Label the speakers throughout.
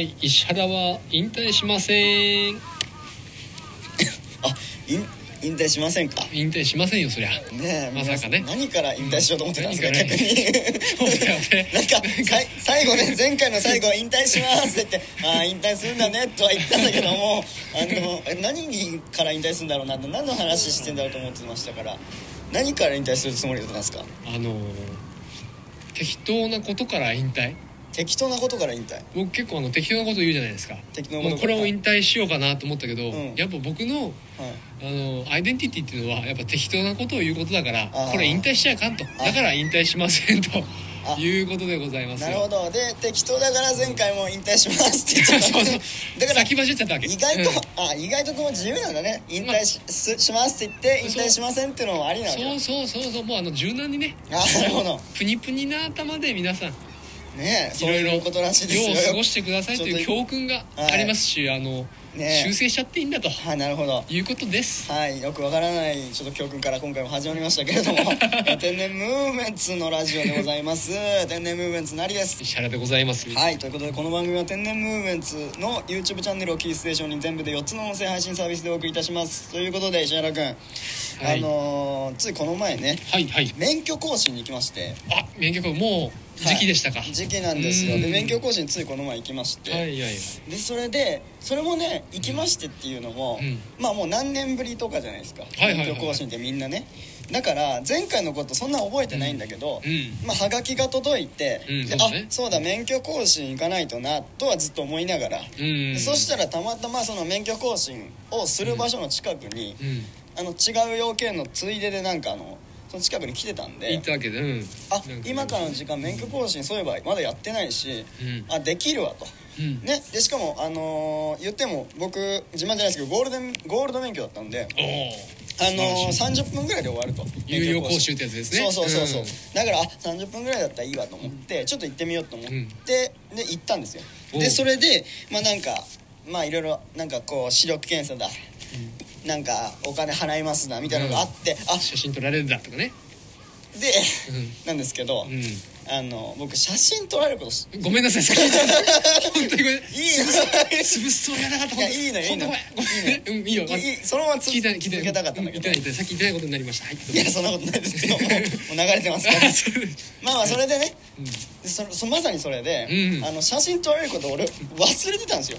Speaker 1: い石原は引退しません
Speaker 2: あ引引退しませんか
Speaker 1: 引退しませんよそりゃ
Speaker 2: ねえ
Speaker 1: まさかね
Speaker 2: 皆さん何から引退しようと思ってたんですか、
Speaker 1: うん何
Speaker 2: 逆
Speaker 1: から
Speaker 2: に
Speaker 1: そうだよね
Speaker 2: な んかさい最後ね前回の最後引退しますって言って「ああ引退するんだね」とは言ったんだけどもあのえ何にから引退するんだろうなと何の話してんだろうと思ってましたから何から引退するつもりだったんですか
Speaker 1: あのー適当なことから引退
Speaker 2: 適当なことから引退
Speaker 1: 僕結構あの適当なこと言うじゃないですか
Speaker 2: 適当なことから
Speaker 1: もうこれを引退しようかなと思ったけど、
Speaker 2: うん
Speaker 1: やっぱ僕の
Speaker 2: はい
Speaker 1: あのアイデンティティっていうのはやっぱ適当なことを言うことだから
Speaker 2: あー
Speaker 1: これ引退しちゃいかんとだから引退しませんと
Speaker 2: あ
Speaker 1: いうことでございます
Speaker 2: な
Speaker 1: よ
Speaker 2: るほどで適当だから前回も引退しますって言っちゃ
Speaker 1: そ
Speaker 2: っ
Speaker 1: う
Speaker 2: た
Speaker 1: そう
Speaker 2: だから
Speaker 1: 先走っちゃったわけ
Speaker 2: 意外と
Speaker 1: うん、
Speaker 2: あ意外とこう自由なんだね引退し,す、しますって言って引退しませんっていうのもありなの
Speaker 1: そうそうそうそうもうあの柔軟にね
Speaker 2: あなるほど
Speaker 1: プニプニな頭で皆さん
Speaker 2: ね
Speaker 1: い
Speaker 2: えそう
Speaker 1: ろいろ
Speaker 2: いうことらしいです
Speaker 1: 世
Speaker 2: よ
Speaker 1: を過ごしてくださいという
Speaker 2: ちょっと
Speaker 1: 教訓がありますし、あの
Speaker 2: ね
Speaker 1: 修正しちゃっていいんだと
Speaker 2: はいなるほど
Speaker 1: いうことです
Speaker 2: はいよくわからないちょっと教訓から今回も始まりましたけれ ども天然ムーブメンツのラジオでございます天然ムーブメンツなりです
Speaker 1: 石原でございます、
Speaker 2: はいということでこの番組は天然ムーブメンツの YouTube チャンネルをキーステーションに全部で4つの音声配信サービスでお送りいたしますということで石原君、
Speaker 1: は
Speaker 2: あ
Speaker 1: い
Speaker 2: のーついこの前ね
Speaker 1: はいはい
Speaker 2: 免許更新に行きまして
Speaker 1: あ免許もう時期でしたか、
Speaker 2: はい時期なんですよ
Speaker 1: うん
Speaker 2: で免許更新ついこの前行きまして、
Speaker 1: はいはいはい
Speaker 2: でそれでそれもね行きましてっていうのも、
Speaker 1: うん
Speaker 2: まあもう何年ぶりとかじゃないですか、
Speaker 1: いはいはい
Speaker 2: 免許更新ってみんなねだから前回のことそんな覚えてないんだけど、
Speaker 1: うん
Speaker 2: まあ、はがきが届いて、
Speaker 1: うん
Speaker 2: で
Speaker 1: そうだね
Speaker 2: あそうだ免許更新行かないとなとはずっと思いながら、
Speaker 1: うん
Speaker 2: でそしたらたまたまその免許更新をする場所の近くに、
Speaker 1: うん
Speaker 2: あの違う要件のついででなんかあのその近くに来てたんで
Speaker 1: 行ったわけでうん
Speaker 2: あ
Speaker 1: なん
Speaker 2: 今からの時間免許更新そういえばまだやってないし、
Speaker 1: うん
Speaker 2: あできるわと、
Speaker 1: うん
Speaker 2: ね、でしかも、あのー言っても僕自慢じゃないですけどゴールデンゴールド免許だったんで、
Speaker 1: お
Speaker 2: あ
Speaker 1: 素晴
Speaker 2: の
Speaker 1: らし
Speaker 2: ー、30分ぐらいで終わると
Speaker 1: 有料講習ってやつですね
Speaker 2: そうそうそうそう、
Speaker 1: うん
Speaker 2: だからあ30分ぐらいだったらいいわと思ってちょっと行ってみようと思って、
Speaker 1: うん
Speaker 2: で行ったんですよ
Speaker 1: おう
Speaker 2: でそれでまあなんかまあいろいろなんかこう視力検査だなんかお金払いますなみたいなのがあって、
Speaker 1: あ写真撮られるんだとかね
Speaker 2: あで、なんですけど、
Speaker 1: う
Speaker 2: あの僕写真撮られることし
Speaker 1: んごめんなさいさっき言 っちゃった本当にごめん
Speaker 2: いい
Speaker 1: 潰すつもりはなかった
Speaker 2: いやいいのよいいの
Speaker 1: 本当ごめんごめんうんいいよ
Speaker 2: のいいそのままつ
Speaker 1: 聞いた聞いた
Speaker 2: 続けたかったんだけど
Speaker 1: 聞いた聞いたさっき言ってないことになりましたはい
Speaker 2: いやそんなことないですけど もうもう流れてますから
Speaker 1: あそう
Speaker 2: まあまあそれでね
Speaker 1: うん
Speaker 2: そそまさにそれで、
Speaker 1: うん
Speaker 2: あの写真撮られること俺忘れてたんですよ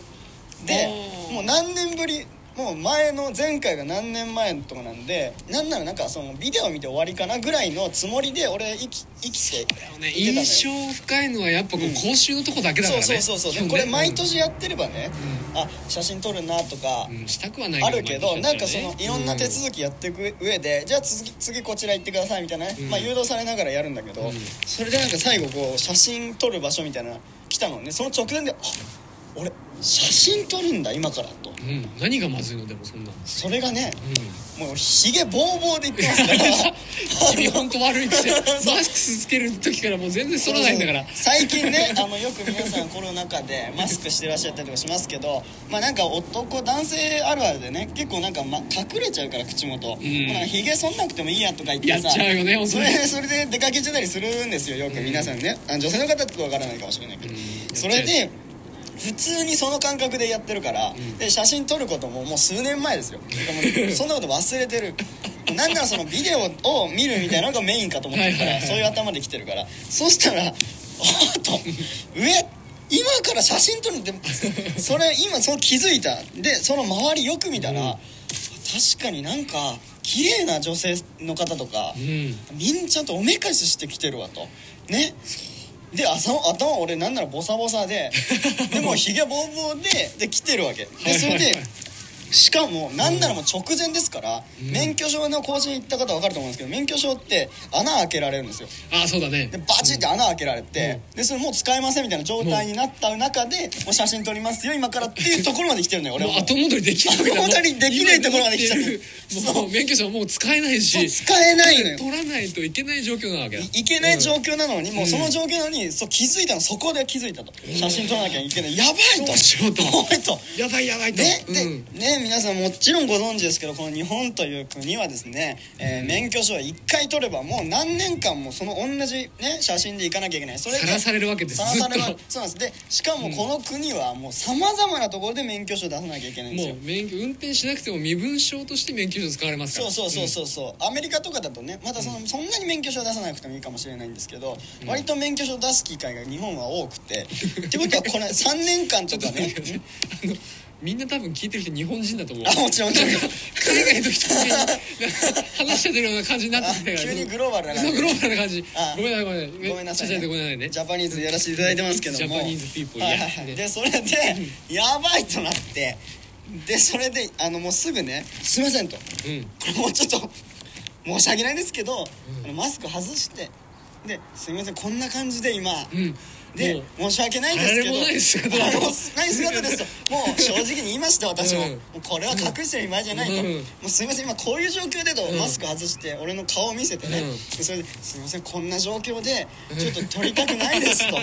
Speaker 2: で
Speaker 1: おー
Speaker 2: もう何年ぶりもう前の前回が何年前とかなんでなんならなんかそのビデオ見て終わりかなぐらいのつもりで俺生き生きてい
Speaker 1: あの
Speaker 2: て
Speaker 1: ね
Speaker 2: たのよ
Speaker 1: 印象深いのはやっぱこう講習のとこだけだからね
Speaker 2: そうそうそうそう、
Speaker 1: 基本ね
Speaker 2: これ毎年やってればね、あ写真撮るなとか、
Speaker 1: うんしたくはない
Speaker 2: あるけど
Speaker 1: 毎
Speaker 2: なん
Speaker 1: 年やっち
Speaker 2: かそ
Speaker 1: ゃうね
Speaker 2: のいろんな手続きやっていく上で、じゃあ次次こちら行ってくださいみたいなね、
Speaker 1: うん
Speaker 2: まあ、誘導されながらやるんだけど、
Speaker 1: うん
Speaker 2: それでなんか最後こう写真撮る場所みたいなの来たのねその直前で「あ俺写真撮るんだ今から」と
Speaker 1: うんうん何がまずいのでもそんな
Speaker 2: それがね
Speaker 1: う
Speaker 2: もうひげボーボーで言ってますから
Speaker 1: ん 君本当悪い 癖マスクつける時からもう全然剃らないんだから
Speaker 2: 最近ねあのよく皆さんコロナ禍でマスクしてらっしゃったりとかしますけどまあなんか男男性あるあるでね結構なんか、ま、隠れちゃうから口元、もうなんかひげ剃んなくてもいいやとか言って
Speaker 1: やっ
Speaker 2: さ
Speaker 1: ちゃうよね本
Speaker 2: そ
Speaker 1: 当
Speaker 2: れ
Speaker 1: に
Speaker 2: それで出かけてたりするんですよよく皆さんね、あの女性の方ってわからないかもしれないけど、
Speaker 1: うん
Speaker 2: それ
Speaker 1: や
Speaker 2: で普通にその感覚でやってるから、で写真撮ることももう数年前ですよだからもうそんなこと忘れてるなんならそのビデオを見るみたいなのがメインかと思ってるか
Speaker 1: はい
Speaker 2: ら
Speaker 1: はいはい
Speaker 2: そういう頭で来てるからそうしたら「あっと上今から写真撮るってそれ今その気づいたでその周りよく見たら、
Speaker 1: うん
Speaker 2: 確かになんか綺麗な女性の方とか、
Speaker 1: うん
Speaker 2: みんなちゃんとおめかししてきてるわとねで頭頭俺なんならボサボサ ででもうひげボーボーでで来てるわけでそれ
Speaker 1: はい
Speaker 2: で
Speaker 1: はいは
Speaker 2: しかもなんならもう直前ですから、
Speaker 1: うん
Speaker 2: 免許証の更新行った方分かると思うんですけど免許証って穴開けられるんですよ
Speaker 1: あそうだね
Speaker 2: でバチって穴開けられて、でそれもう使えませんみたいな状態になった中でもう写真撮りますよ今からっていうところまで来てるのよ俺
Speaker 1: も
Speaker 2: は
Speaker 1: う後戻りできないわけだ
Speaker 2: 後戻りできないところまで来ちゃっ
Speaker 1: 今
Speaker 2: て
Speaker 1: 言ってるもう免許証もう使えない
Speaker 2: そう
Speaker 1: し
Speaker 2: 使えないのよ
Speaker 1: 取らないといけない状況なわけだ
Speaker 2: いいけない状況なのに、もうその状況なのにそう気づいたのそこで気づいたと写真撮らなきゃいけないやばい
Speaker 1: ど
Speaker 2: と
Speaker 1: うしようと
Speaker 2: やばいと
Speaker 1: やばいやばいと
Speaker 2: ねで
Speaker 1: うん
Speaker 2: ね、皆さんもちろんご存知ですけどこの日本という国はですね、えー免許証を1回取ればもう何年間もその同じ、ね、写真で行かなきゃいけないそれで
Speaker 1: さらされるわけです
Speaker 2: さらされる
Speaker 1: ずっと
Speaker 2: そうなんですでしかもこの国はもうさまざまなところで免許証を出さなきゃいけないんです
Speaker 1: も
Speaker 2: よ
Speaker 1: う免許運転しなくても身分証として免許証使われますか
Speaker 2: そう
Speaker 1: ら
Speaker 2: そうそうそうそうアメリカとかだとねまたそのそんなに免許証出さなくてもいいかもしれないんですけど割と免許証出す機会が日本は多くてってことはこれ3年間
Speaker 1: ち
Speaker 2: と
Speaker 1: ょ
Speaker 2: か
Speaker 1: っと待
Speaker 2: ね
Speaker 1: ってくださいあのみんな多分聞いてる人日本人だと思う
Speaker 2: あもちろん
Speaker 1: なんか海外の人みたいになんか話しちゃってるような感じになってきたから
Speaker 2: あ急にグローバルな感じ
Speaker 1: そうグローバルな感じ
Speaker 2: あ
Speaker 1: ごめんなさいごめんなさいちっ
Speaker 2: ごめんなさい,、
Speaker 1: ちゃいとごめんなさいね
Speaker 2: ジャパニーズやらせていただいてますけども
Speaker 1: ジャパニーズピープル
Speaker 2: はい
Speaker 1: や
Speaker 2: はいはい
Speaker 1: ね
Speaker 2: でそれでやばいとなってでそれであのもうすぐね「すいません」と「こ
Speaker 1: うん
Speaker 2: れもうちょっと申し訳ないんですけど、あのマスク外してで「すいませんこんな感じで今」
Speaker 1: ん
Speaker 2: で
Speaker 1: も
Speaker 2: 申し訳ないですけど
Speaker 1: 誰もない姿だ
Speaker 2: 誰もない姿ですともう正直に言いました私も,、
Speaker 1: うん
Speaker 2: もうこれは隠してる暇じゃないと、
Speaker 1: うん
Speaker 2: もうすいません今こういう状況でと、
Speaker 1: ん
Speaker 2: マスク外して俺の顔を見せてね、
Speaker 1: うん
Speaker 2: でそれで「すいませんこんな状況でちょっと撮りたくないで す」と、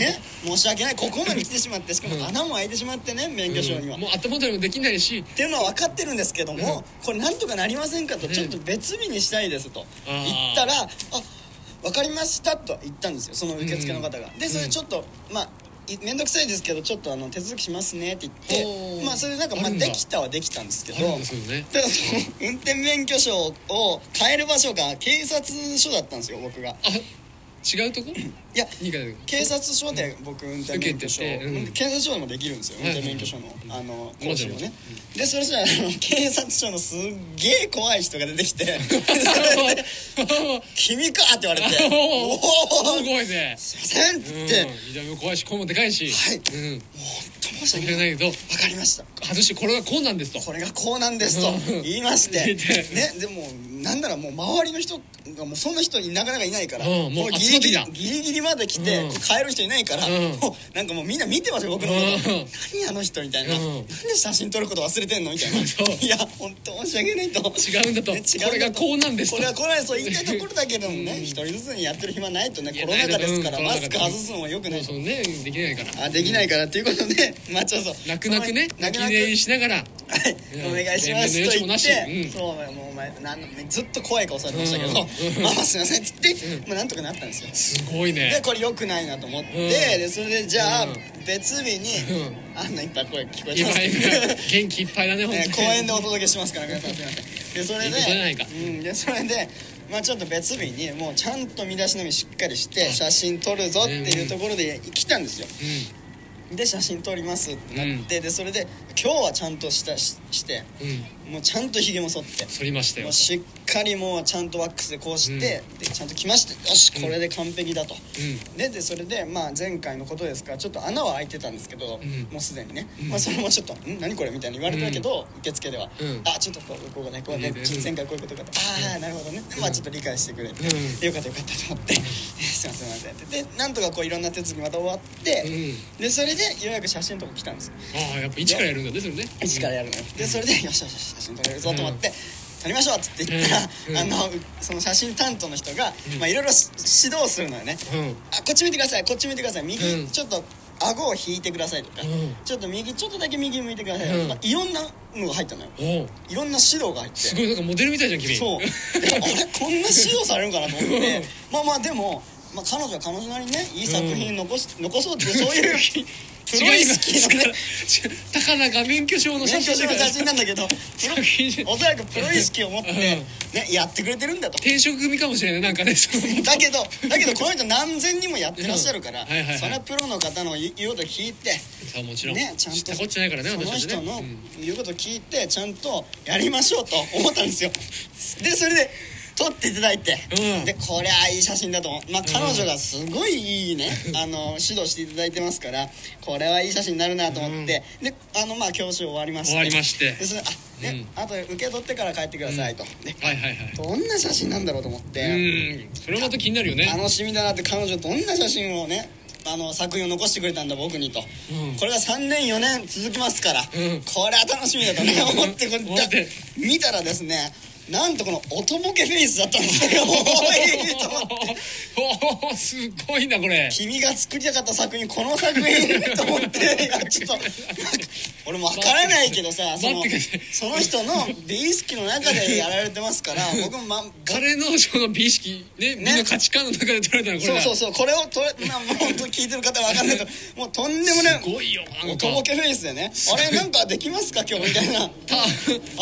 Speaker 2: ね申し訳ないここまで来てしまってしかも穴も開いてしまってね免許証には、
Speaker 1: もう後戻りもできないし
Speaker 2: っていうのは分かってるんですけども、これなんとかなりませんかと、
Speaker 1: うん
Speaker 2: ちょっと別日にしたいですと
Speaker 1: あー
Speaker 2: 言ったら「あ分かりました」と言ったんですよその受付の方が、でそれでちょっと、まあい面倒くさいですけどちょっとあの手続きしますねって言っ
Speaker 1: お
Speaker 2: て
Speaker 1: ー
Speaker 2: まあそれでなんかま
Speaker 1: あ
Speaker 2: あ
Speaker 1: るんだ
Speaker 2: できたはできたんですけ
Speaker 1: あるん
Speaker 2: ど
Speaker 1: ですよね
Speaker 2: ただその運転免許証を変える場所が警察署だったんですよ僕が
Speaker 1: あ違うとこ
Speaker 2: いや
Speaker 1: いいかな
Speaker 2: 警察署で僕運転免許証
Speaker 1: 受けててうん
Speaker 2: 警察署でもできるんですよ運
Speaker 1: はい
Speaker 2: 転免許証のあの講習を
Speaker 1: もちろん
Speaker 2: ねでそれじゃあの警察署のすっげえ怖い人が出てきて 「君か!」って言われて「おお
Speaker 1: すごいね
Speaker 2: すいません!」っつ
Speaker 1: うん
Speaker 2: って
Speaker 1: 見た目も怖いし声もでかいし
Speaker 2: はい
Speaker 1: うん
Speaker 2: 「本当申し
Speaker 1: 関
Speaker 2: 訳
Speaker 1: 係
Speaker 2: な
Speaker 1: ないいけど
Speaker 2: わかりました」
Speaker 1: 外してこれはこうなんですと
Speaker 2: これがこうなんですと
Speaker 1: うん
Speaker 2: 言いまして
Speaker 1: 言って
Speaker 2: ねでもなんならもう周りの人がもうそんな人なかなかいないから、
Speaker 1: うんもう
Speaker 2: このギリギ
Speaker 1: 集ま
Speaker 2: リ
Speaker 1: って
Speaker 2: ギリギリまで来て、
Speaker 1: うん
Speaker 2: こう帰る人いないから、
Speaker 1: うん
Speaker 2: もうなんかもうみんな見てますよ僕のこと、
Speaker 1: うん
Speaker 2: 何あの人みたいな、
Speaker 1: うん
Speaker 2: なんで写真撮ること忘れてんのみたいな
Speaker 1: そう
Speaker 2: いや本当申し訳ないと
Speaker 1: 違うんだと
Speaker 2: ね違
Speaker 1: これがこうなんですと
Speaker 2: これがこうなんですと言いたいところだけどもね一、人ずつにやってる暇ないとねコロナ禍ですから、
Speaker 1: うん
Speaker 2: マスク外すのもよく
Speaker 1: も
Speaker 2: ないうと
Speaker 1: そ。うねできないから
Speaker 2: あできないからということで、まあちょっと
Speaker 1: 泣く泣くね
Speaker 2: その
Speaker 1: 泣き寝入りしながら
Speaker 2: はい、お願いしますと
Speaker 1: うん連絡の余地も
Speaker 2: 言
Speaker 1: な
Speaker 2: っ、
Speaker 1: してうん
Speaker 2: そうもうお前なんずっと怖い顔されましたけど、
Speaker 1: うん
Speaker 2: まあまあすいませんっつって、まあなんとかなったんですよ
Speaker 1: すごい
Speaker 2: で
Speaker 1: ね
Speaker 2: これ良くないなと思って、
Speaker 1: うん
Speaker 2: でそれでじゃあ、
Speaker 1: うん
Speaker 2: 別日に、
Speaker 1: うん
Speaker 2: あんないっぱい声聞こえて
Speaker 1: 今
Speaker 2: ますけど
Speaker 1: 今元気いっぱいだね本当
Speaker 2: ね
Speaker 1: に
Speaker 2: 公園でお届けしますから皆さんすいませんでそれ
Speaker 1: いいことじゃない
Speaker 2: で
Speaker 1: か
Speaker 2: うん、でそれでまあちょっと別日にもうちゃんと身だしなみしっかりして写真撮るぞっていうところで来たんですよ、で写真撮りますってなって、でそれで今日はちゃんとしたしして
Speaker 1: うんうん
Speaker 2: もうちゃんとひげも剃って
Speaker 1: 反りましたよ
Speaker 2: もうしっかりもうちゃんとワックスでこうして、でちゃんと来ましたよしこれで完璧だと、
Speaker 1: う
Speaker 2: ででそれで、まあ、前回のことですからちょっと穴は開いてたんですけど、
Speaker 1: ん
Speaker 2: もうすでにね、まあ、それもちょっと「ん何これ?」みたいに言われたけど、受付では「
Speaker 1: うん
Speaker 2: あちょっとこうこうがねこうね
Speaker 1: うん
Speaker 2: ちょ前回こういうことがあってああなるほどね」まあちょっと理解してくれて、
Speaker 1: うん
Speaker 2: でよかったよかったと思って「 すいませんすいません」ってでなんとかこういろんな手続きまた終わって、
Speaker 1: う
Speaker 2: でそれでようやく写真のとこ来たんですよ
Speaker 1: ああやっぱ一からやるんだねそれね
Speaker 2: 一からやるのよでそれで「よしよしよし写真撮れるぞ」と思って「撮りましょう」っつって言ったら、
Speaker 1: うん
Speaker 2: あのその写真担当の人がまあいろいろし指導するのよね、
Speaker 1: うん
Speaker 2: あこっち見てくださいこっち見てください右、
Speaker 1: うん
Speaker 2: ちょっと顎を引いてくださいとか、
Speaker 1: うん
Speaker 2: ちょっと右ちょっとだけ右向いてくださいとか、
Speaker 1: うん
Speaker 2: いろんなのが入ったのよ
Speaker 1: おう
Speaker 2: いろんな指導が入って
Speaker 1: すごいなんかモデルみたいじゃん君
Speaker 2: そうであれこんな指導されるかなと思ってまあまあでも、まあ、彼女は彼女なりにねいい作品残し、残そうっていうそ ういう プロ意識のね
Speaker 1: たかなか免許証の写
Speaker 2: 免許
Speaker 1: 真
Speaker 2: 証
Speaker 1: だ
Speaker 2: の
Speaker 1: から
Speaker 2: 写真なんだけど
Speaker 1: 作品じゃ
Speaker 2: おそらくプロ意識を持って、
Speaker 1: うん
Speaker 2: ね、やってくれてるんだと
Speaker 1: 転職組かもしれないなんか ねその
Speaker 2: だけどだけどこの人何千人もやってらっしゃるから、
Speaker 1: うんはいはいはい
Speaker 2: それはプロの方の言うこと聞いて
Speaker 1: さあもちろん
Speaker 2: ねちゃんと
Speaker 1: 知ったこっちゃないからね
Speaker 2: その
Speaker 1: 私た
Speaker 2: 人
Speaker 1: ちね
Speaker 2: の
Speaker 1: うん
Speaker 2: 言うこと聞いてちゃんとやりましょうと思った んですよでそれで撮っていただいて、
Speaker 1: うん
Speaker 2: でこりゃいい写真だと思う、まあ、彼女がすごいいいね、あの指導していただいてますからこれはいい写真になるなと思って、であのまあ教習終わりまして
Speaker 1: 終わりまして
Speaker 2: でそれあね、あと受け取ってから帰ってくださいと、で
Speaker 1: はいはいはい
Speaker 2: どんな写真なんだろうと思って、
Speaker 1: うんそれはまた気になるよね
Speaker 2: 楽しみだなって彼女どんな写真をねあの作品を残してくれたんだ僕にと、
Speaker 1: うん
Speaker 2: これが3年4年続きますから、
Speaker 1: うん
Speaker 2: これは楽しみだ とね
Speaker 1: うん
Speaker 2: 思ってこれ
Speaker 1: 思って
Speaker 2: 見たらですねなんとこのおとぼけフェイスだったんですよ おいと思って
Speaker 1: おおすごいなこれ
Speaker 2: 君が作りたかった作品この作品と思っていやちょっとなんか俺もわからないけどさその
Speaker 1: 待ってください
Speaker 2: その人の美意識の中でやられてま すから僕も、ま、が
Speaker 1: 彼のその美意識ねみんな価値観の中で取られたのこれ
Speaker 2: そう
Speaker 1: だ
Speaker 2: そうそうこれをとれ、まあ、もう本当聞いてる方はわかんないけどもうとんでもない
Speaker 1: すごいよな
Speaker 2: お
Speaker 1: んか
Speaker 2: とぼけフェイスでね「あれなんかできますか今日」みた いな
Speaker 1: た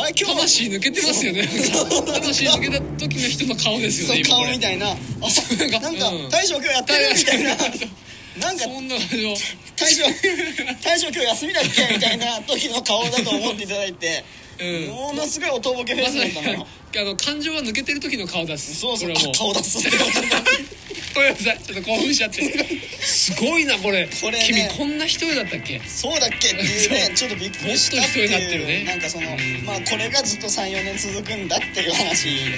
Speaker 2: あれ今日
Speaker 1: 魂抜けてますよね魂抜けた時の人の顔ですよ
Speaker 2: そ
Speaker 1: ね
Speaker 2: の
Speaker 1: 今こ
Speaker 2: 顔
Speaker 1: れ
Speaker 2: みたいな「あ
Speaker 1: なんか
Speaker 2: なんか
Speaker 1: うん
Speaker 2: 大将今日やってる」み たいななんか
Speaker 1: そんな感じの
Speaker 2: 大将大将今日休みだっけみたいな時の顔だと思っていただいて、
Speaker 1: うん
Speaker 2: ものすごいおとぼけフェ
Speaker 1: ま
Speaker 2: イス
Speaker 1: さ
Speaker 2: だっ
Speaker 1: に
Speaker 2: たの よ
Speaker 1: あの感情は抜けてる時の顔出す
Speaker 2: そうそう
Speaker 1: これはも
Speaker 2: あ
Speaker 1: う
Speaker 2: 顔出す
Speaker 1: ごめんなさいちょっと興奮しちゃ ってすごいなこれ
Speaker 2: これね
Speaker 1: 君こんな一人だったっけ
Speaker 2: そうだっけっていうねちょっとびっくりしたって
Speaker 1: もっと一人になって
Speaker 2: い
Speaker 1: る
Speaker 2: う
Speaker 1: ね
Speaker 2: なんかその、まあ、これがずっと34年続くんだっていう話ですねもう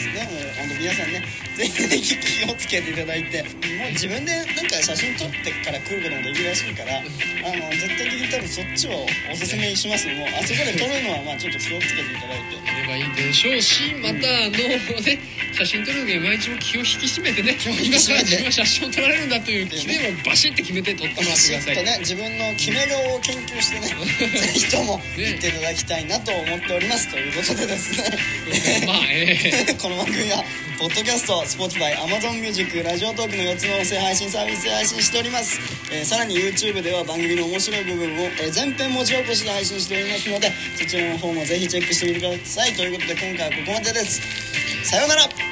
Speaker 2: 本当皆さんねぜひぜひ気をつけていただいてもう自分でなんか写真撮ってから来ることもできるらしいからあの絶対的に多分そっちをおすすめしますもうあそこで撮るのはまあちょっと気をつけていただいて。
Speaker 1: ればいいでしょうしまたあのね写真撮る時に毎日も気を引き締めてね
Speaker 2: を引き
Speaker 1: 今
Speaker 2: 締
Speaker 1: から
Speaker 2: めて
Speaker 1: 自分は写真を撮られるんだという記念をバシッて決めて撮ってもらってください
Speaker 2: ちょっとね自分の決め顔を研究してね ぜひとも言っていただきたいなと思っておりますということでですね
Speaker 1: まあええ
Speaker 2: この番組はポッドキャスト Spotify、AmazonMusic、ラジオトークの4つの音声配信サービスで配信しております、えーさらに YouTube では番組の面白い部分を、えー全編文字起こしで配信しておりますのでそちらの方もぜひチェックしてみてくださいということで今回はここまでですさようなら